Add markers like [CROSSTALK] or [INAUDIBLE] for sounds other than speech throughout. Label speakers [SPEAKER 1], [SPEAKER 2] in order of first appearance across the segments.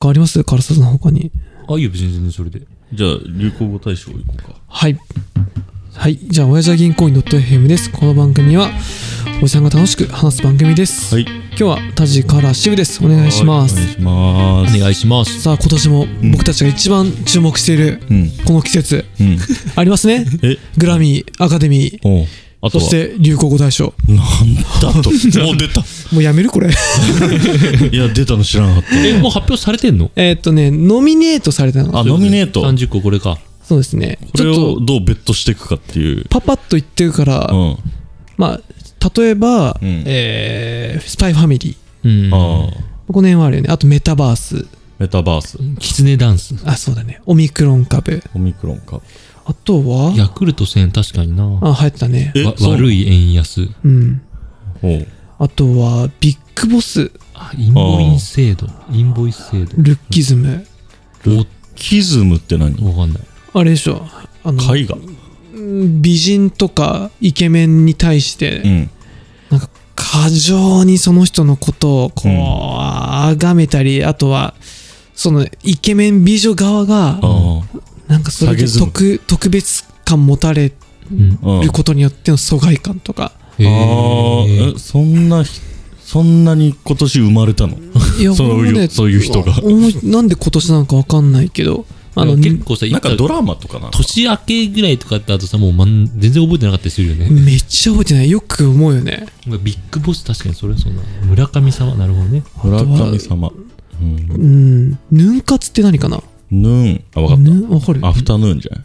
[SPEAKER 1] かあります唐沢さん他に。
[SPEAKER 2] あ、いいよ、別に全然それで。
[SPEAKER 3] じゃあ、流行語大賞行こうか。
[SPEAKER 1] はい。はい。じゃあ、親父は銀行員 .fm です。この番組は、おじさんが楽しく話す番組です。
[SPEAKER 3] はい。
[SPEAKER 1] 今日は、田地から渋です。お願いします。
[SPEAKER 3] はいお願いします。
[SPEAKER 2] お願いします。
[SPEAKER 1] さあ、今年も僕たちが一番注目している、
[SPEAKER 3] うん。
[SPEAKER 1] この季節、
[SPEAKER 3] うん。
[SPEAKER 1] ありますね。
[SPEAKER 3] え、
[SPEAKER 1] グラミー、アカデミー、
[SPEAKER 3] おうあと
[SPEAKER 1] そし、
[SPEAKER 3] は
[SPEAKER 1] て流行語大賞。
[SPEAKER 3] なんだと。もう出た。
[SPEAKER 1] もうやめるこ
[SPEAKER 3] [LAUGHS]
[SPEAKER 1] れ。
[SPEAKER 3] いや、出たの知らなかっ
[SPEAKER 2] え、もう発表されてんの
[SPEAKER 1] えーっとね、ノミネートされた
[SPEAKER 3] た。
[SPEAKER 1] の。
[SPEAKER 3] あ、ノミネート。こ
[SPEAKER 2] ?30 個これか。
[SPEAKER 1] そうですね。ち
[SPEAKER 3] れ
[SPEAKER 1] ょっと、
[SPEAKER 3] をどうベットしていくかっていう。
[SPEAKER 1] パパッと言ってるから、
[SPEAKER 3] うん。
[SPEAKER 1] まあ、例えば、
[SPEAKER 3] うん
[SPEAKER 1] えースパイファミリー。
[SPEAKER 2] うん。
[SPEAKER 3] ああ、
[SPEAKER 1] この辺はあるよね。あと、メタバース。
[SPEAKER 3] メタバース、
[SPEAKER 2] キツネダンス。
[SPEAKER 1] あ、そうだね。オミクロン株。
[SPEAKER 3] オミクロンか。
[SPEAKER 1] あとは、
[SPEAKER 2] ヤクルト1000、確かにな。わ
[SPEAKER 1] あ、入ってたね。
[SPEAKER 3] えそう
[SPEAKER 2] 悪い円安。
[SPEAKER 1] うん。
[SPEAKER 3] おう
[SPEAKER 1] あとは、ビッグボス、
[SPEAKER 2] あ、インボイス制度。インボイス制度。
[SPEAKER 1] ルッキズム。
[SPEAKER 3] キズムって何
[SPEAKER 2] わかんない。
[SPEAKER 1] あれでしょ。あの、
[SPEAKER 3] 絵画。
[SPEAKER 1] 美人とかイケメンに対して、
[SPEAKER 3] うん。
[SPEAKER 1] 過剰にその人のことを、こう、
[SPEAKER 3] うん
[SPEAKER 1] あがめたり、あとは、その、イケメン美女側が、
[SPEAKER 3] あ
[SPEAKER 1] なんかそれで
[SPEAKER 3] 下げずむ
[SPEAKER 1] 特特別感持たれ
[SPEAKER 2] うん。
[SPEAKER 3] あ。うん
[SPEAKER 1] ることによっての疎外感とか。
[SPEAKER 2] へ
[SPEAKER 3] あ
[SPEAKER 2] ー
[SPEAKER 3] ーえそんなひそんなに今年生まれたの
[SPEAKER 1] いや
[SPEAKER 3] そういうそういう人が
[SPEAKER 1] 思いなんで今年なのかわかんないけど、あの、
[SPEAKER 2] 結構さ、
[SPEAKER 3] なんか
[SPEAKER 2] いつ
[SPEAKER 3] ドラマとかな
[SPEAKER 2] 年明けぐらいとかってあとさ、もうまん全然覚えてなかったりするよね。
[SPEAKER 1] めっちゃ覚えてない。よく思うよね。
[SPEAKER 2] ビッグボス確かにそれはそうな。村神様、なるほどね。
[SPEAKER 3] 村神様うん
[SPEAKER 1] うん。ヌン活って何かな
[SPEAKER 3] ヌーンあわかっ
[SPEAKER 1] ヌンわかる
[SPEAKER 3] たアフタヌーンじゃない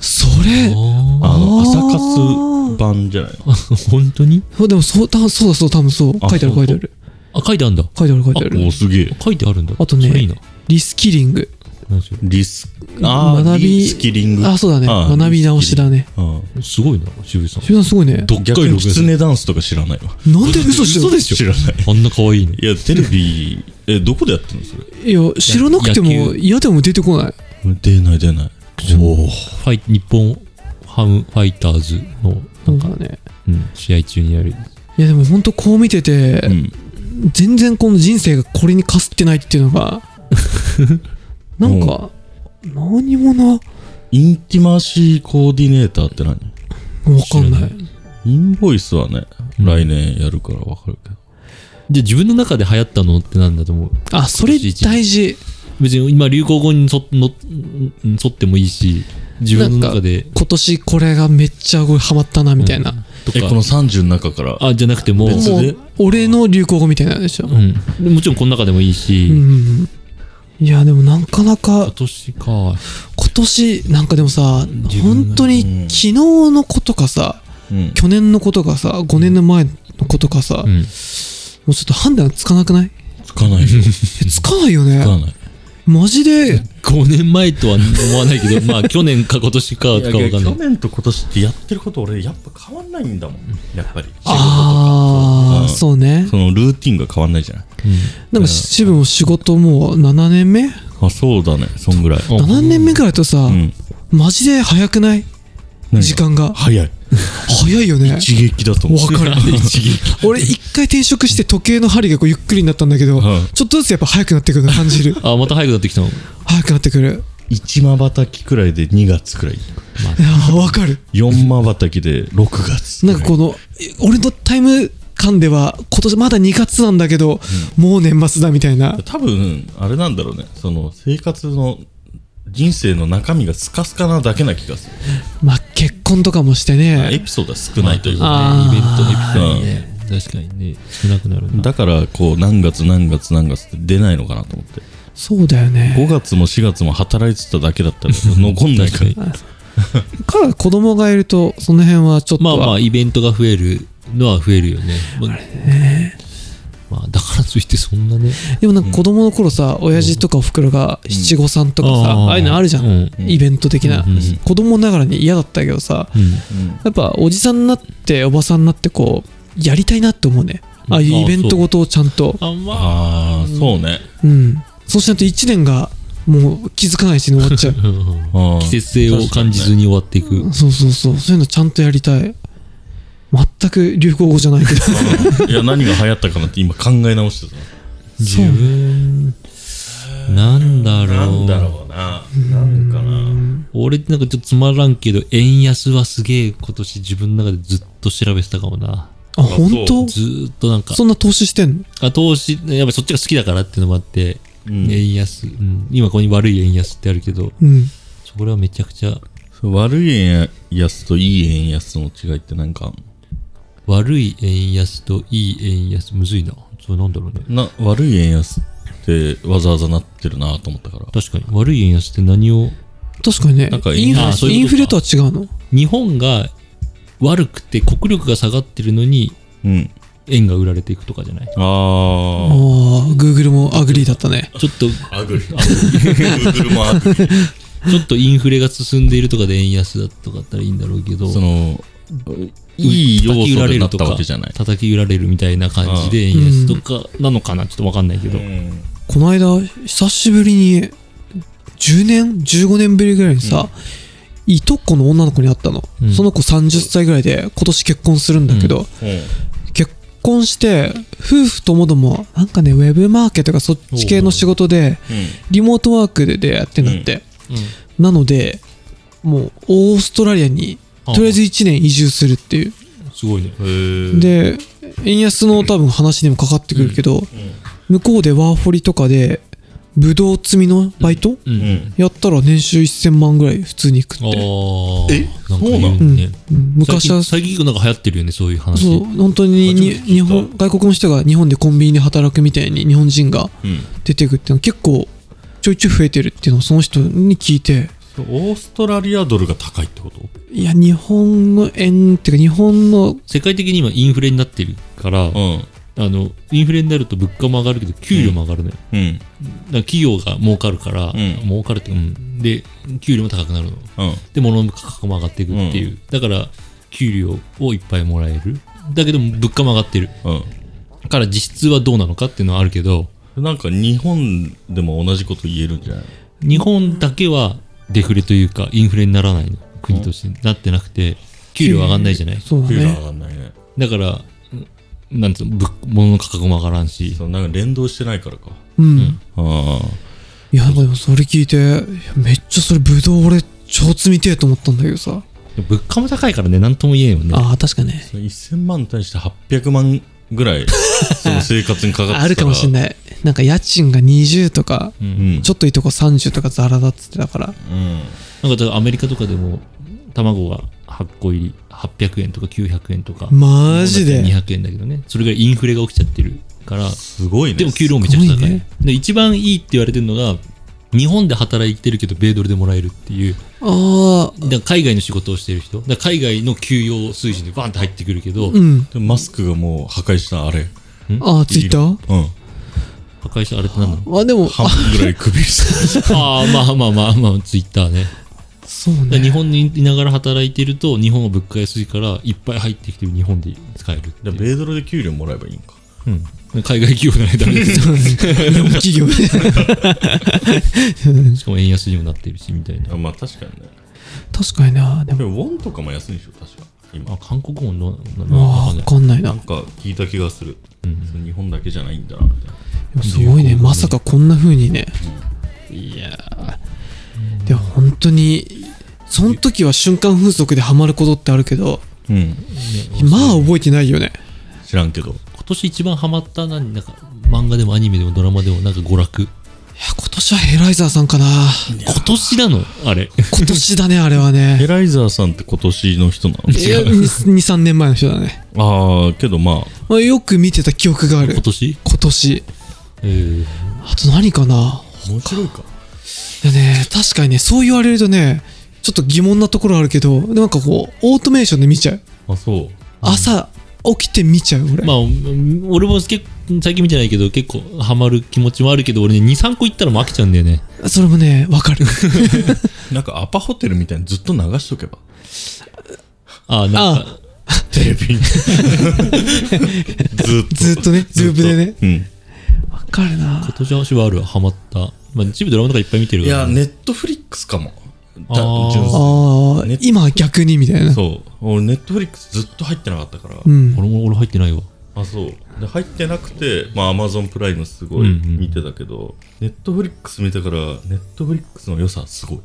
[SPEAKER 1] それ
[SPEAKER 2] あ
[SPEAKER 3] あの
[SPEAKER 1] あー
[SPEAKER 3] 朝活版じゃないの
[SPEAKER 2] あ、本当に
[SPEAKER 1] そうでもそうたそうだそう多分そう
[SPEAKER 3] あ
[SPEAKER 1] 書いてある書
[SPEAKER 3] そ
[SPEAKER 1] い
[SPEAKER 3] うそう
[SPEAKER 1] てある
[SPEAKER 2] あ、書いてあるんだ。
[SPEAKER 1] 書いてある書いてあ
[SPEAKER 3] お
[SPEAKER 1] る
[SPEAKER 3] ーすげえ
[SPEAKER 2] 書いてあるんだ。
[SPEAKER 1] あとね
[SPEAKER 2] それいいな。
[SPEAKER 1] リスキリング
[SPEAKER 2] 何それ
[SPEAKER 3] リスあー
[SPEAKER 1] 学び
[SPEAKER 3] リスキリング
[SPEAKER 1] あそうだね
[SPEAKER 3] あ
[SPEAKER 1] 学び直しだね
[SPEAKER 3] うん
[SPEAKER 2] すごいな、渋井さん。
[SPEAKER 1] 渋谷さんすごいね
[SPEAKER 2] どっか
[SPEAKER 3] 逆
[SPEAKER 2] り
[SPEAKER 3] に
[SPEAKER 2] 録
[SPEAKER 3] キ
[SPEAKER 2] 画す
[SPEAKER 3] ツ
[SPEAKER 2] る
[SPEAKER 3] ネダンスとか知らないわ
[SPEAKER 1] なんで嘘してる
[SPEAKER 2] 嘘でしょ
[SPEAKER 3] 知らない
[SPEAKER 2] あんな可愛いの。
[SPEAKER 3] いやテレビえどこでやってんのそれ
[SPEAKER 1] いや知らなくて
[SPEAKER 2] 野
[SPEAKER 1] も
[SPEAKER 2] 球
[SPEAKER 1] 嫌でも出てこない
[SPEAKER 3] 出ない出ないおー
[SPEAKER 2] ファイ日本ハムファイターズの、
[SPEAKER 1] なんかね
[SPEAKER 2] うん、試合中にやる。
[SPEAKER 1] いやでもほんとこう見てて、
[SPEAKER 3] うん
[SPEAKER 1] 全然この人生がこれにかすってないっていうの [LAUGHS] がなんか何もなわ
[SPEAKER 3] インティマシーコーディネーターって何
[SPEAKER 1] かんない
[SPEAKER 2] 知ら
[SPEAKER 3] インボイスはね
[SPEAKER 2] うん
[SPEAKER 3] 来年やるからわかるけど
[SPEAKER 2] で、自分の中で流行ったのってなんだと思う
[SPEAKER 1] あそれ大事
[SPEAKER 2] 別に今流行語にそのうん沿ってもいいし、自分の中で。
[SPEAKER 1] 今年これがめっちゃハマったなみたいな、
[SPEAKER 2] うんと
[SPEAKER 3] えこの
[SPEAKER 2] か、
[SPEAKER 3] 30の中から
[SPEAKER 2] あ、じゃなくても、
[SPEAKER 3] 別
[SPEAKER 1] も
[SPEAKER 3] で
[SPEAKER 1] う俺の流行語みたいなんでしょ、
[SPEAKER 2] うん。でもちろんこの中でもいいし、
[SPEAKER 1] うんうんうんいやでもなかなか
[SPEAKER 2] 今年か。
[SPEAKER 1] 今年なんかでもさ
[SPEAKER 2] 自分が
[SPEAKER 1] 本当に
[SPEAKER 3] うん
[SPEAKER 1] 昨日のことかさ
[SPEAKER 3] うん
[SPEAKER 1] 去年のことかさ5年の前のことかさ、
[SPEAKER 2] う
[SPEAKER 1] も
[SPEAKER 2] ん。
[SPEAKER 1] うちょっと判断つかなくない
[SPEAKER 3] つか [LAUGHS] ないよつ
[SPEAKER 1] えつかないよね
[SPEAKER 3] かない
[SPEAKER 1] マジで
[SPEAKER 2] 5年前とは思わないけど、まあ [LAUGHS] 去年か今年かとかわかんない。
[SPEAKER 3] 年と今年ってやってること俺やっぱ変わんないんだもんやっぱり
[SPEAKER 1] ああ
[SPEAKER 3] うん
[SPEAKER 1] そうね
[SPEAKER 3] そのルーティンが変わんないじゃない
[SPEAKER 1] でも渋も仕事もう7年目
[SPEAKER 3] あそうだねそんぐらい
[SPEAKER 2] うん
[SPEAKER 1] 7年目ぐらいだとさ、
[SPEAKER 3] うん
[SPEAKER 1] マジで早くない
[SPEAKER 3] 何が
[SPEAKER 1] 時間が
[SPEAKER 3] 早い
[SPEAKER 1] 早いよね
[SPEAKER 3] 一撃だと思う
[SPEAKER 1] わかる
[SPEAKER 3] 一撃
[SPEAKER 1] 俺一回転職して時計の針がこうゆっくりになったんだけど、
[SPEAKER 3] はい
[SPEAKER 1] ちょっとずつやっぱ早くなってくるの感じる
[SPEAKER 2] [LAUGHS] あ、また早くなってきたの。
[SPEAKER 1] 早くなってくる
[SPEAKER 3] 一まばたきくらいで2月くらい
[SPEAKER 1] いやーわかる
[SPEAKER 3] 四まばたきで6月
[SPEAKER 1] なんかこのえ俺のタイム感では今年まだ2月なんだけど、もう年末だみたいな
[SPEAKER 3] 多分あれなんだろうねその生活の人生の中身がスカスカなだけな気がする
[SPEAKER 1] まあ結婚とかもして
[SPEAKER 3] エ
[SPEAKER 1] ね
[SPEAKER 3] ピソードは少ないというか
[SPEAKER 1] あー
[SPEAKER 2] イベントのエピソードね。確かにね、少なくなるな。
[SPEAKER 3] だからこう何月何月何月って出ないのかなと思って
[SPEAKER 1] そうだよね
[SPEAKER 3] 5月も4月も働いてただけだったら残んない
[SPEAKER 1] [LAUGHS]
[SPEAKER 3] から
[SPEAKER 2] 確かに
[SPEAKER 1] から子供がいるとその辺はちょっと
[SPEAKER 2] まあ
[SPEAKER 1] は
[SPEAKER 2] まあ、イベントが増えるのは増えるよね。まあ、まあだからといってそんなね。
[SPEAKER 1] でもなんか子供の頃さ、親父とかおふくろが七五三とかさ、
[SPEAKER 2] うん
[SPEAKER 1] ああいうのあるじゃん、
[SPEAKER 2] うん
[SPEAKER 1] イベント的な、
[SPEAKER 2] うんうん
[SPEAKER 1] 子供ながらに嫌だったけどさ
[SPEAKER 2] うん。
[SPEAKER 1] やっぱおじさんになっておばさんになってこうやりたいなって思うねああいうイベントごとをちゃんと
[SPEAKER 2] あ、まあ。
[SPEAKER 3] ああそうね
[SPEAKER 1] うんそうしないと1年がもう気づかないうちに終わっちゃう
[SPEAKER 3] あー
[SPEAKER 2] 季節性を感じずに終わっていく。
[SPEAKER 1] そうそうそうそういうのちゃんとやりたい全く流行語じゃないけど
[SPEAKER 3] 確かにねいや何が流行ったかなって今考え直してた
[SPEAKER 2] 自分、だろう。
[SPEAKER 3] なんだろうな。なんかな。
[SPEAKER 2] 俺ってなんかちょっとつまらんけど、円安はすげえ今年自分の中でずっと調べてたかもな。
[SPEAKER 1] あ、本当
[SPEAKER 2] ずーっとなんか、
[SPEAKER 1] そんな投資してんの
[SPEAKER 2] あ投資、やっぱそっちが好きだからっていうのもあって、
[SPEAKER 3] うん
[SPEAKER 2] 円安、うん、今ここに悪い円安ってあるけど、
[SPEAKER 1] うん。
[SPEAKER 2] それはめちゃくちゃ
[SPEAKER 3] そう悪い円安といい円安の違いってなんかあんの
[SPEAKER 2] 悪い円安といい円安、むずいな。それなんだろうね。
[SPEAKER 3] な悪い円安ってわざわざなってるなと思ったから
[SPEAKER 2] 確かに悪い円安って何を、
[SPEAKER 1] 確かにね
[SPEAKER 3] なんか、
[SPEAKER 1] インフ
[SPEAKER 2] あそう
[SPEAKER 1] レ
[SPEAKER 2] いうことか
[SPEAKER 1] インフレとは違うの
[SPEAKER 2] 日本が悪くて国力が下がってるのに
[SPEAKER 3] うん
[SPEAKER 2] 円が売られていくとかじゃない
[SPEAKER 1] あ
[SPEAKER 3] あ
[SPEAKER 1] あ、Google もアグリーだったね。
[SPEAKER 2] ちょっと、
[SPEAKER 3] あアグリ Google [LAUGHS] もアグリ
[SPEAKER 2] ちょっとインフレが進んでいるとかで円安だとかだったらいいんだろうけど、
[SPEAKER 3] そのいい要
[SPEAKER 2] 叩き売
[SPEAKER 3] 素
[SPEAKER 2] られ
[SPEAKER 3] でな
[SPEAKER 2] る
[SPEAKER 3] っ
[SPEAKER 2] と
[SPEAKER 3] た
[SPEAKER 2] か
[SPEAKER 3] わけじゃない
[SPEAKER 2] 叩き売られるみたいな感じで円安とかなのかなちょっとわかんないけど、
[SPEAKER 3] うん
[SPEAKER 1] この間、久しぶりに、10年 ?15 年ぶりぐらいにさ、いとこの女の子に会ったの。
[SPEAKER 2] うん
[SPEAKER 1] その子30歳ぐらいで、今年結婚するんだけど、結婚して、夫婦ともども、なんかね、ウェブマーケットがそっち系の仕事で、リモートワークでやってんだって。なので、もう、オーストラリアに、
[SPEAKER 2] ああ
[SPEAKER 1] とりあえず1年移住するっていう。
[SPEAKER 2] すごいね
[SPEAKER 1] で、円安の多分話にもかかってくるけど、向こうでワーホリとかで、ブドウ積みのバイト、
[SPEAKER 2] うん、
[SPEAKER 3] うん
[SPEAKER 1] やったら年収1000万ぐらい普通に行く
[SPEAKER 2] あ
[SPEAKER 1] って。
[SPEAKER 2] あ
[SPEAKER 3] え
[SPEAKER 2] なんか
[SPEAKER 3] そうなの
[SPEAKER 2] 言う
[SPEAKER 1] うん
[SPEAKER 2] ね、
[SPEAKER 1] うん昔は、そ
[SPEAKER 2] 最近最近なんか流行ってるよねそういう話
[SPEAKER 1] う、本当にに
[SPEAKER 3] 初めて聞いた
[SPEAKER 1] 日本、外国の人が日本でコンビニで働くみたいに日本人が
[SPEAKER 3] うん
[SPEAKER 1] 出てくっていうのは結構ちょいちょい増えてるっていうのをその人に聞いて、
[SPEAKER 3] オーストラリアドルが高いってこと
[SPEAKER 1] いや、日本の円っていうか日本の、
[SPEAKER 2] 世界的に今インフレになってるから、
[SPEAKER 3] ん
[SPEAKER 2] あのインフレになると物価も上がるけど給料も上がるのよ、
[SPEAKER 3] うん
[SPEAKER 2] だから企業が儲かるから、
[SPEAKER 3] ん
[SPEAKER 2] 儲かるってうんで給料も高くなるの
[SPEAKER 3] うん
[SPEAKER 2] で物の価格も上がっていくっていう、だから給料をいっぱいもらえるだけど物価も上がってるから実質はどうなのかっていうのはあるけど
[SPEAKER 3] うんなんか日本でも同じこと言えるんじゃない
[SPEAKER 2] 日本だけはデフレというかインフレにならないの国としてなってなくて給料上がんないじゃない
[SPEAKER 1] そうだ
[SPEAKER 3] 給料上
[SPEAKER 1] ね。
[SPEAKER 3] がんないね
[SPEAKER 2] だからうんなんつうの物物の価格も上がらんし
[SPEAKER 3] そのなんか連動してないからか
[SPEAKER 1] うん。
[SPEAKER 3] ああ
[SPEAKER 1] いや、でもそれ聞いて、いやめっちゃそれブドウ俺超積みてえと思ったんだけどさ。
[SPEAKER 2] 物価も高いからね何とも言えんよね
[SPEAKER 1] ああ、確かね。
[SPEAKER 3] それ1000万に対して800万ぐ
[SPEAKER 1] [LAUGHS]
[SPEAKER 3] らいその生活にかかってたら
[SPEAKER 1] あるかもしれない。なんか家賃が20とか、
[SPEAKER 3] うん
[SPEAKER 1] ちょっといいとこ30とかザラだっつってたから。
[SPEAKER 3] うん
[SPEAKER 2] なんかだからアメリカとかでも卵が8個入り800円とか900円とか
[SPEAKER 1] マジで
[SPEAKER 2] 日本だったら200円だけどねそれぐらいインフレが起きちゃってるから
[SPEAKER 3] すごいね
[SPEAKER 2] でも給料めちゃくちゃ高
[SPEAKER 1] すご
[SPEAKER 2] い
[SPEAKER 1] いね
[SPEAKER 2] で一番いいって言われてるのが日本で働いてるけど米ドルでもらえるっていう
[SPEAKER 1] ああ、
[SPEAKER 2] だから海外の仕事をしてる人だから海外の給与水準でバンって入ってくるけど、
[SPEAKER 1] うん。
[SPEAKER 3] でもマスクがもう破壊したあれ
[SPEAKER 1] ああ、ツイッター
[SPEAKER 3] うん
[SPEAKER 2] 破壊したあれって何なの
[SPEAKER 1] あ、でも、
[SPEAKER 3] 半分ぐらい首
[SPEAKER 1] [LAUGHS]
[SPEAKER 3] す
[SPEAKER 2] ああまあまあまあまあツイッターね
[SPEAKER 1] そう
[SPEAKER 2] だから
[SPEAKER 1] ね。
[SPEAKER 2] 日本にいながら働いてると日本は物価安いからいっぱい入ってきて日本で使えるって
[SPEAKER 3] じ
[SPEAKER 2] い
[SPEAKER 3] ゃ
[SPEAKER 2] う
[SPEAKER 3] あ米ドルで給料もらえばいいんか
[SPEAKER 2] うん、海外企業じゃないとダメです
[SPEAKER 1] 日本企業で。
[SPEAKER 2] [LAUGHS] しかも円安にもなってるしみたいな
[SPEAKER 3] あまあ確かにね
[SPEAKER 1] [LAUGHS] 確かにな。で
[SPEAKER 3] で
[SPEAKER 1] も、
[SPEAKER 3] もウォンとかも安いでしょ確か今
[SPEAKER 2] あ韓国もどうなの
[SPEAKER 1] あ
[SPEAKER 2] か
[SPEAKER 1] あ、
[SPEAKER 2] ね
[SPEAKER 1] わかんないな。
[SPEAKER 3] なん
[SPEAKER 1] で
[SPEAKER 3] か聞いた気がする、その日本だけじゃないんだなみたい
[SPEAKER 1] も
[SPEAKER 3] な
[SPEAKER 1] すごいね。まさかこんな風にね。
[SPEAKER 2] いや
[SPEAKER 1] でも本当に、その時は瞬間風速でハマることってあるけど、
[SPEAKER 3] うん
[SPEAKER 1] まあ覚えてないよね。
[SPEAKER 3] 知らんけど
[SPEAKER 2] 今年一番ハマった何なんか漫画でもアニメでもドラマでもなんか娯楽
[SPEAKER 1] いや、今年はヘライザーさんかな。
[SPEAKER 2] 今年なのあれ
[SPEAKER 1] [LAUGHS] 今年だね、あれは
[SPEAKER 3] ヘ
[SPEAKER 1] ね。
[SPEAKER 3] ライザーさんって今年の人なの
[SPEAKER 1] え2、3年前の人だね。
[SPEAKER 3] ああけどまあ
[SPEAKER 1] まあ、よく見てた記憶がある
[SPEAKER 2] 今。年
[SPEAKER 1] 今年。
[SPEAKER 2] えー、
[SPEAKER 1] あと何かな
[SPEAKER 3] 面白いか
[SPEAKER 1] いやね、確かにね、そう言われるとね、ちょっと疑問なところあるけど、でもなんかこう、オートメーションで見ちゃう。
[SPEAKER 3] あそう
[SPEAKER 1] 朝、起きて見ちゃう、俺。
[SPEAKER 2] まあうん俺も結構最近見てないけど結構ハマる気持ちもあるけど俺ね23個行ったらもう飽きちゃうんだよね
[SPEAKER 1] それもね、わか [LAUGHS] る。
[SPEAKER 3] なんかアパホテルみたいにずっと流しとけば
[SPEAKER 2] ああなんか
[SPEAKER 3] テレ
[SPEAKER 1] [LAUGHS]
[SPEAKER 3] ビにずっと
[SPEAKER 1] ずっとね、ズームでね。
[SPEAKER 3] ね
[SPEAKER 1] わかるな。
[SPEAKER 2] 今年はあるハマったまあチビドラマとかいっぱい見て
[SPEAKER 3] うん
[SPEAKER 2] る
[SPEAKER 3] い
[SPEAKER 2] から
[SPEAKER 3] やネットフリックスかも
[SPEAKER 2] あ
[SPEAKER 3] だ
[SPEAKER 2] ー
[SPEAKER 3] 純粋
[SPEAKER 1] ああ
[SPEAKER 3] ね、
[SPEAKER 1] 今は逆にみたいな。
[SPEAKER 3] そう俺ネットフリックスずっと入ってなかったから
[SPEAKER 1] うん。
[SPEAKER 2] 俺も俺入ってないわ
[SPEAKER 3] あそうで入ってなくてまあアマゾンプライムすごい
[SPEAKER 2] うんうん
[SPEAKER 3] 見てたけど、ネットフリックス見たからネットフリックスの良さすごい、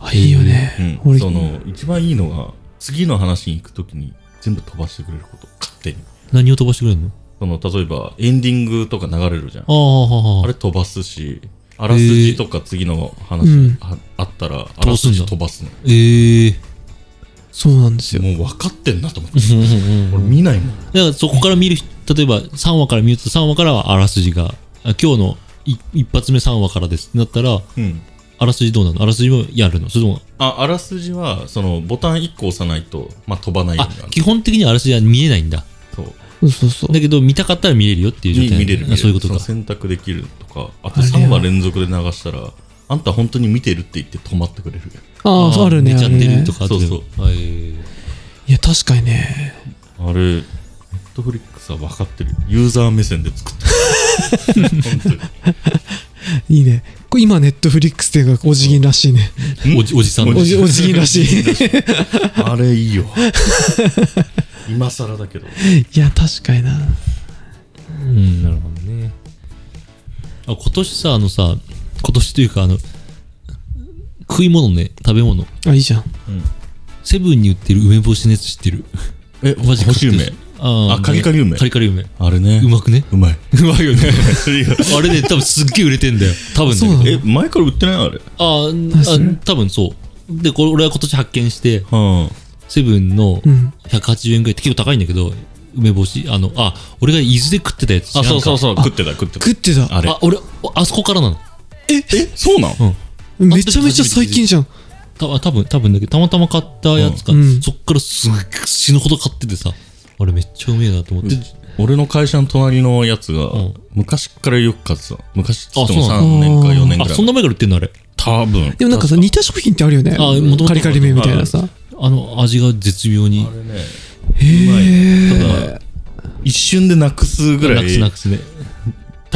[SPEAKER 1] あいいよね
[SPEAKER 3] うん、
[SPEAKER 1] 俺
[SPEAKER 3] その一番いいのが次の話に行くときに全部飛ばしてくれること勝手に
[SPEAKER 2] 何を飛ばしてくれるの
[SPEAKER 3] その例えばエンディングとか流れるじゃん
[SPEAKER 2] ああ、
[SPEAKER 3] あれ飛ばすしあらすじとか次の話
[SPEAKER 1] うん
[SPEAKER 3] ああったらあ
[SPEAKER 2] 飛
[SPEAKER 3] ら
[SPEAKER 2] ばすん
[SPEAKER 3] す
[SPEAKER 2] だ
[SPEAKER 3] じ飛ばすの
[SPEAKER 2] ええ
[SPEAKER 1] そうなんですよ
[SPEAKER 3] もう分かってんなと思って
[SPEAKER 2] だ
[SPEAKER 3] 俺見ないもん
[SPEAKER 2] からそこから見る人、例えば3話から見ると3話からはあらすじが、あ今日のい一発目3話からですってなったら、
[SPEAKER 3] うん
[SPEAKER 2] あらすじどうなのあらすじもやるのそれとも、
[SPEAKER 3] ああらすじはそのボタン1個押さないと、まあ、飛ばないよ
[SPEAKER 2] あ
[SPEAKER 3] うになる、
[SPEAKER 2] 基本的にはあらすじは見えないんだ。
[SPEAKER 3] そ
[SPEAKER 1] そう
[SPEAKER 3] う
[SPEAKER 1] そうそう
[SPEAKER 2] だけど見たかったら見れるよっていう状
[SPEAKER 3] 見
[SPEAKER 2] 態
[SPEAKER 3] 見れる見れる
[SPEAKER 2] あそういうこと
[SPEAKER 3] の
[SPEAKER 2] か。
[SPEAKER 3] 選択できるとかあと3話連続で流したらあんた本当に見てるって言って止まってくれる
[SPEAKER 1] あああるね
[SPEAKER 2] 寝ちゃって
[SPEAKER 1] ある
[SPEAKER 2] る
[SPEAKER 1] ね
[SPEAKER 2] とか。
[SPEAKER 3] そうそう
[SPEAKER 2] あるね。
[SPEAKER 1] いや確かにね
[SPEAKER 3] あれネットフリックスは分かってるユーザー目線で作ってる [LAUGHS] 本当に
[SPEAKER 1] いいねこれ今ネットフリックスっていうかおじぎんらしいね
[SPEAKER 2] えーおじおじさんの
[SPEAKER 1] おじおじぎんらしい
[SPEAKER 3] あれいい [LAUGHS] よ今更だけど
[SPEAKER 1] いや確かにな
[SPEAKER 2] うん、なるほどね。あ、今年さ、あのさ、今年というか、あの、食い物ね、食べ物。
[SPEAKER 1] あいいじゃん
[SPEAKER 2] セブンに売ってる梅干しのやつ知ってる。
[SPEAKER 3] えマジ
[SPEAKER 2] 買って
[SPEAKER 3] 梅
[SPEAKER 2] あ
[SPEAKER 3] あカリカリ梅
[SPEAKER 2] カリカリ梅。う
[SPEAKER 3] あれね
[SPEAKER 2] まくね [LAUGHS]
[SPEAKER 3] うまいう
[SPEAKER 2] まいよね。
[SPEAKER 3] いや
[SPEAKER 2] あれね、多分すっげえ売れてんだよ。多分だけど
[SPEAKER 1] そうなの
[SPEAKER 3] え前から売ってないあれ
[SPEAKER 2] あーあ、多分そう。で、これ俺は今年発見して、
[SPEAKER 3] は
[SPEAKER 2] セブンの
[SPEAKER 1] うん
[SPEAKER 2] 180円ぐらいって結構高いんだけど、梅干し、あの、あ、俺が伊豆で食ってたやつ。
[SPEAKER 3] ああそうそう
[SPEAKER 2] う。
[SPEAKER 3] そう食ってた食ってた
[SPEAKER 1] 食ってた
[SPEAKER 3] あれ
[SPEAKER 2] あ、俺、あそこからなの。
[SPEAKER 3] えそうなん
[SPEAKER 1] めちゃめちゃ最近じゃん
[SPEAKER 2] た多分多分だけどたまたま買ったやつか、
[SPEAKER 1] うん
[SPEAKER 2] そっからすっ死ぬほど買っててさあれめっちゃうめえなと思って、
[SPEAKER 3] 俺の会社の隣のやつが、
[SPEAKER 2] ん
[SPEAKER 3] 昔からよく買ってた昔っつって
[SPEAKER 2] あ
[SPEAKER 3] も
[SPEAKER 2] そうな
[SPEAKER 1] の
[SPEAKER 3] 3年か4年ぐ
[SPEAKER 2] あ
[SPEAKER 3] らい
[SPEAKER 2] そんな前から売ってんのあれ
[SPEAKER 3] 多分
[SPEAKER 1] でもなんかさ似た食品ってあるよね
[SPEAKER 2] あ元々
[SPEAKER 1] カリカリ麺みたいなさ
[SPEAKER 2] あの味が絶妙に
[SPEAKER 3] あれね
[SPEAKER 1] へえ
[SPEAKER 3] うまいただ一瞬でなくすぐら
[SPEAKER 2] なく
[SPEAKER 3] い
[SPEAKER 2] すなくす
[SPEAKER 3] 食
[SPEAKER 2] ね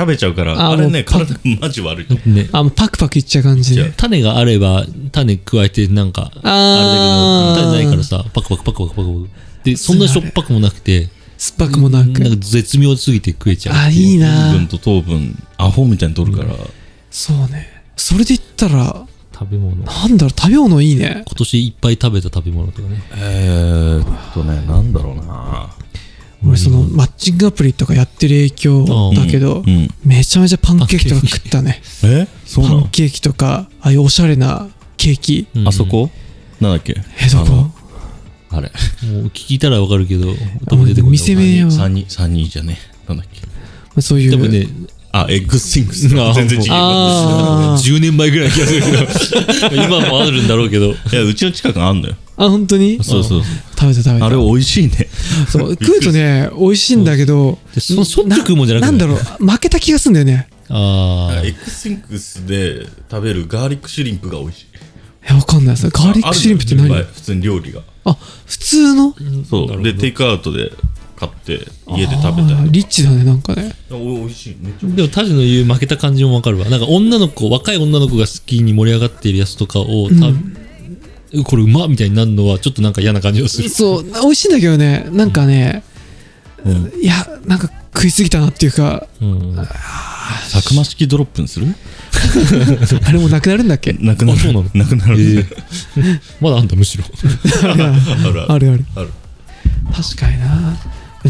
[SPEAKER 3] べちゃうから
[SPEAKER 1] あ
[SPEAKER 3] あれ
[SPEAKER 1] も
[SPEAKER 3] ね
[SPEAKER 1] う
[SPEAKER 3] 体マジ悪い
[SPEAKER 2] ね
[SPEAKER 1] あもうパクパクいっちゃう感じ
[SPEAKER 3] いっちゃ
[SPEAKER 1] で
[SPEAKER 3] う
[SPEAKER 2] 種があれば種加えてなんか
[SPEAKER 1] あー
[SPEAKER 2] れだけど種ないからさパクパクパクパクパクパクでそんなしょっぱくもなくて
[SPEAKER 1] 酸っぱくもな
[SPEAKER 2] なん
[SPEAKER 1] く
[SPEAKER 2] か絶妙すぎて食えちゃう
[SPEAKER 1] あいいな
[SPEAKER 3] 糖分と糖分アホみたいに取るから、
[SPEAKER 1] そうねそれで言ったら
[SPEAKER 2] 食べ物今
[SPEAKER 1] なんだろう食べ物いいね
[SPEAKER 2] 年いっぱい食べた食べ物とかね
[SPEAKER 3] えーっとねなんだろうな
[SPEAKER 1] 俺そのマッチングアプリとかやってる影響だけど、
[SPEAKER 3] うんうん
[SPEAKER 1] めちゃめちゃパンケーキとか食ったね
[SPEAKER 3] えそう
[SPEAKER 1] パ
[SPEAKER 3] な
[SPEAKER 1] ン
[SPEAKER 3] の
[SPEAKER 1] ケーキとかああいうおしゃれなケーキ
[SPEAKER 2] うん
[SPEAKER 3] あそこなんだっけ
[SPEAKER 1] えどこ
[SPEAKER 3] あのあれ
[SPEAKER 2] もう聞いたらわかるけど頭出てこない
[SPEAKER 1] 店名は
[SPEAKER 3] 3人3人じゃねなんだっけ
[SPEAKER 1] そうい
[SPEAKER 2] 多
[SPEAKER 1] う
[SPEAKER 2] 分ね
[SPEAKER 3] あエッグスティングス
[SPEAKER 2] あ
[SPEAKER 3] 全然違う
[SPEAKER 1] あー
[SPEAKER 2] 10年前ぐらいの気がするけど今もあるんだろうけど
[SPEAKER 3] いやうちの近くにあんのよ
[SPEAKER 1] あ本当に
[SPEAKER 3] そうそうそう
[SPEAKER 1] 食べた食べた
[SPEAKER 3] あれ美味しいね。
[SPEAKER 1] そう食うとね美味しいんだけど
[SPEAKER 2] でそしょっちゅう食うもんじゃなくて
[SPEAKER 1] なんだろう負けた気がするんだよね
[SPEAKER 2] あ
[SPEAKER 3] エクセンクスで食べるガーリックシュリンプが美味しい。
[SPEAKER 1] えわかんないそれガーリックシュリンプって何
[SPEAKER 3] あるの
[SPEAKER 1] あ
[SPEAKER 3] よいぱい普通に料理が。
[SPEAKER 1] 普通の
[SPEAKER 3] そう。で、テイクアウトで買って、家で食べた
[SPEAKER 1] あ
[SPEAKER 3] り。
[SPEAKER 1] リッチだねなんかね
[SPEAKER 3] お美味しい。めっちゃ
[SPEAKER 2] でもタジの言う負けた感じもわかるわなんか女の子若い女の子が好きに盛り上がっているやつとかをた、これうまっみたいになるのはちょっとなんか嫌な感じがする
[SPEAKER 1] そう美味しいんだけどねなんかね、いやなんか食いすぎたなっていうか
[SPEAKER 2] うんあ
[SPEAKER 3] たくま式ドロップにする
[SPEAKER 1] あれもうなくなるんだっけ
[SPEAKER 3] なくなる。
[SPEAKER 2] そうなの
[SPEAKER 3] なくなる。
[SPEAKER 2] ええまだあんた
[SPEAKER 1] [LAUGHS]
[SPEAKER 2] むしろ
[SPEAKER 3] ある
[SPEAKER 1] あ
[SPEAKER 3] ある。
[SPEAKER 1] るある
[SPEAKER 3] ある。
[SPEAKER 1] 確かにな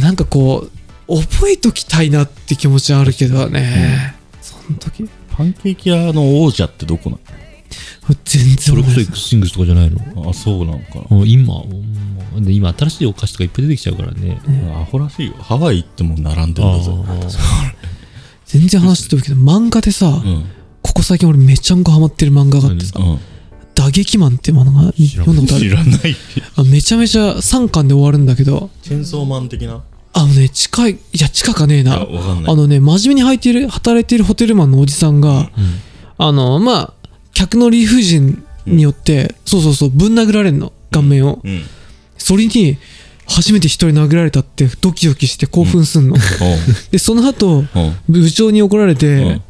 [SPEAKER 1] なんかこう覚えときたいなって気持ちはあるけどね、その時
[SPEAKER 3] パンケーキ屋の王者ってどこな
[SPEAKER 1] 全
[SPEAKER 2] そ
[SPEAKER 1] 然
[SPEAKER 2] れこ
[SPEAKER 1] 覚え
[SPEAKER 2] そ
[SPEAKER 1] て
[SPEAKER 2] エクスシングスとかじゃないの
[SPEAKER 3] のあ、そうなのか
[SPEAKER 2] うん今うんで今新しいお菓子とかいっぱい出てきちゃうからね
[SPEAKER 3] な。アホらしいよ。ハワイ行っても並んでんだぜ。
[SPEAKER 2] あ
[SPEAKER 1] 全然話してるけど漫画でさ、
[SPEAKER 3] うん。
[SPEAKER 1] ここ最近俺めちゃんこハマってる漫画があってさ
[SPEAKER 3] う
[SPEAKER 1] 「打撃マン」って漫画読んだこと
[SPEAKER 3] ん。
[SPEAKER 1] あ
[SPEAKER 3] 知
[SPEAKER 1] る
[SPEAKER 3] らない。
[SPEAKER 1] あめちゃめちゃ3巻で終わるんだけど
[SPEAKER 3] チェンソーマン的な
[SPEAKER 1] あのね近いいや近かねえ
[SPEAKER 3] い
[SPEAKER 1] な
[SPEAKER 3] や、わかんな
[SPEAKER 1] あ
[SPEAKER 3] い。
[SPEAKER 1] のね、真面目に働いている、働いているホテルマンのおじさんが、あの、まあ、客の理不尽によって、そうそうそう、ぶん殴られるの、顔面を。
[SPEAKER 3] うん。
[SPEAKER 1] それに、初めて人に殴られたってドキドキして興奮すんの。で、その後、
[SPEAKER 3] うん。
[SPEAKER 1] 部長に怒られて、
[SPEAKER 3] うん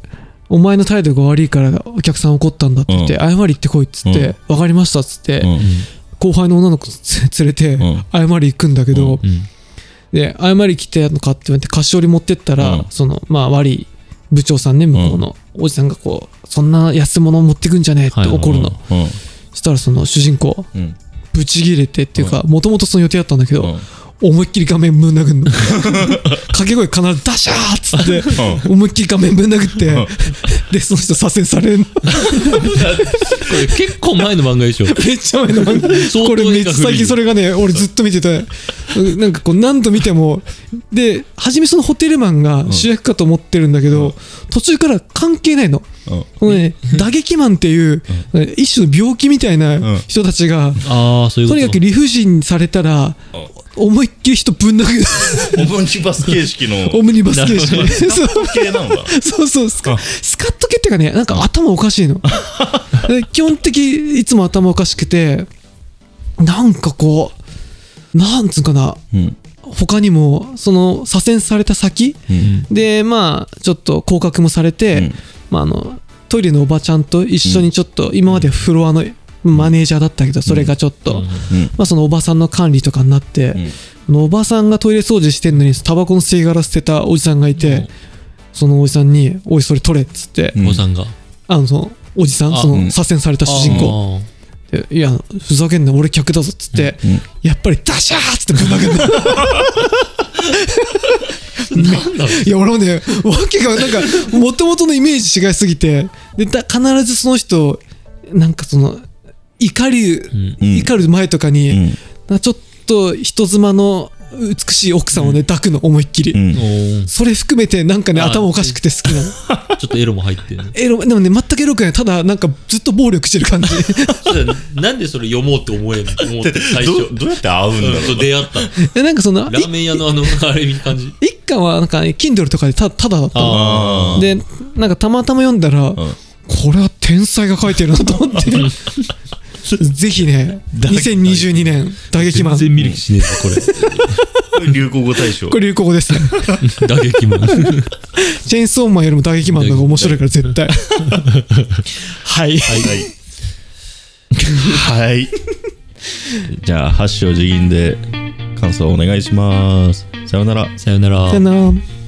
[SPEAKER 1] お前の態度が悪いからお客さん怒ったんだって言って、謝り行ってこいっつって、わ、かりましたっつって、
[SPEAKER 3] うん。
[SPEAKER 1] 後輩の女の子つ連れて
[SPEAKER 3] うん、
[SPEAKER 1] 謝り行くんだけど、
[SPEAKER 2] うん
[SPEAKER 1] で誤り来てやのかって言って菓子折り持ってったら、
[SPEAKER 3] うん
[SPEAKER 1] そのまあ悪い部長さんね向こうの、おじさんがこうそんな安物持ってくんじゃねえって
[SPEAKER 2] はいはい
[SPEAKER 1] 怒るの、そしたらその主人公
[SPEAKER 3] うん。うん。
[SPEAKER 1] ブチギレてっていうかもともとその予定だったんだけど、
[SPEAKER 3] うん
[SPEAKER 1] 思いっきり画面ぶん殴んの掛け声必ずダシャーっつって
[SPEAKER 3] う
[SPEAKER 1] 思いっきり画面ぶん殴って
[SPEAKER 3] うん
[SPEAKER 1] でその人左遷されるの
[SPEAKER 2] これ結構前の漫画でしょ。
[SPEAKER 1] [LAUGHS] めっちゃ前の漫
[SPEAKER 2] 相
[SPEAKER 1] 画
[SPEAKER 2] 当
[SPEAKER 1] これめっちゃ
[SPEAKER 2] 絵が古いよ
[SPEAKER 1] 最近それがね俺ずっと見ててなんかこう何度見てもで初めそのホテルマンが主役かと思ってるんだけど、途中から関係ないの
[SPEAKER 3] うん。
[SPEAKER 1] このね打撃マンっていう一種の病気みたいな人たちが、
[SPEAKER 2] ああ、そういう
[SPEAKER 1] と
[SPEAKER 2] こと
[SPEAKER 1] にかく理不尽されたら思いっきり人ぶん殴
[SPEAKER 2] [LAUGHS]
[SPEAKER 1] る
[SPEAKER 3] オムニバス形式の。
[SPEAKER 1] オムニバス形
[SPEAKER 2] なるほ
[SPEAKER 1] 式
[SPEAKER 2] ど
[SPEAKER 1] [LAUGHS] そう
[SPEAKER 3] 系なんだ。
[SPEAKER 1] [LAUGHS] そうそうスカ
[SPEAKER 3] あ
[SPEAKER 1] スカッと系っていうかねなんか頭おかしいので基本的いつも頭おかしくてなんかこうなんつうかな
[SPEAKER 3] うん。
[SPEAKER 1] 他にもその左遷された先
[SPEAKER 3] うん。
[SPEAKER 1] でまあちょっと降格もされて、
[SPEAKER 3] うん
[SPEAKER 1] まあ、あのトイレのおばちゃんと一緒にちょっと、今までフロアのマネージャーだったけどそれがちょっと、
[SPEAKER 2] うん
[SPEAKER 3] うん。
[SPEAKER 1] まあ、そのおばさんの管理とかになって、
[SPEAKER 3] うん
[SPEAKER 1] そのおばさんがトイレ掃除してんのにタバコの吸い殻捨てたおじさんがいて、
[SPEAKER 2] うん
[SPEAKER 1] そのおじさんに「おいそれ取れ」っつって、
[SPEAKER 3] うん
[SPEAKER 2] お子さんが。
[SPEAKER 1] あのそのおじさん
[SPEAKER 2] あ
[SPEAKER 1] そ
[SPEAKER 3] うん
[SPEAKER 1] の左遷された主人公
[SPEAKER 2] 公。
[SPEAKER 1] でいやふざけんな俺客だぞ」っつって、
[SPEAKER 3] うん
[SPEAKER 1] やっぱり「ダシャー!」っつってぶん投げ
[SPEAKER 3] [LAUGHS]
[SPEAKER 1] んの
[SPEAKER 2] [LAUGHS] なんだろ
[SPEAKER 1] いや俺もねわけがなんかもともとのイメージ違いすぎてでだ必ずその人なんかその怒り、
[SPEAKER 2] ん
[SPEAKER 1] 怒る前とかに、
[SPEAKER 3] うん。
[SPEAKER 1] なちょっと人妻の美しい奥さんをね、抱くの思いっきり、
[SPEAKER 3] うん
[SPEAKER 2] う。おー
[SPEAKER 1] それ含めてなんかね
[SPEAKER 2] あー
[SPEAKER 1] 頭おかしくて好きなの
[SPEAKER 2] ちょっとエロも入ってるね。
[SPEAKER 1] エロでもね全くエロくないただなんかずっと暴力してる感じ
[SPEAKER 2] そうだよねなんでそれ読もうって思えんの思って最初。
[SPEAKER 3] どどうやって会うんだ
[SPEAKER 2] うん
[SPEAKER 3] ろ
[SPEAKER 2] そうう出会った。
[SPEAKER 1] でなんかその
[SPEAKER 2] ラーメン屋のあの、あれみたいな感じ。
[SPEAKER 1] い一巻はなんか、ね、Kindle とかでたただだったの
[SPEAKER 3] あー
[SPEAKER 1] でなんかたまたま読んだら、これは天才が書いてるなと思ってぜひね2022年打撃マン
[SPEAKER 2] 見る気しねえな、こ
[SPEAKER 3] これ流行語大賞
[SPEAKER 1] これ流行語ですね
[SPEAKER 2] れ。 [LAUGHS] 打撃マン。
[SPEAKER 1] チェーンソーマンよりも打撃マンの方が面白いから絶対はい
[SPEAKER 3] はいじゃあ八章次銀で感想お願いしますさようなら
[SPEAKER 2] さよなら
[SPEAKER 1] さよ。なら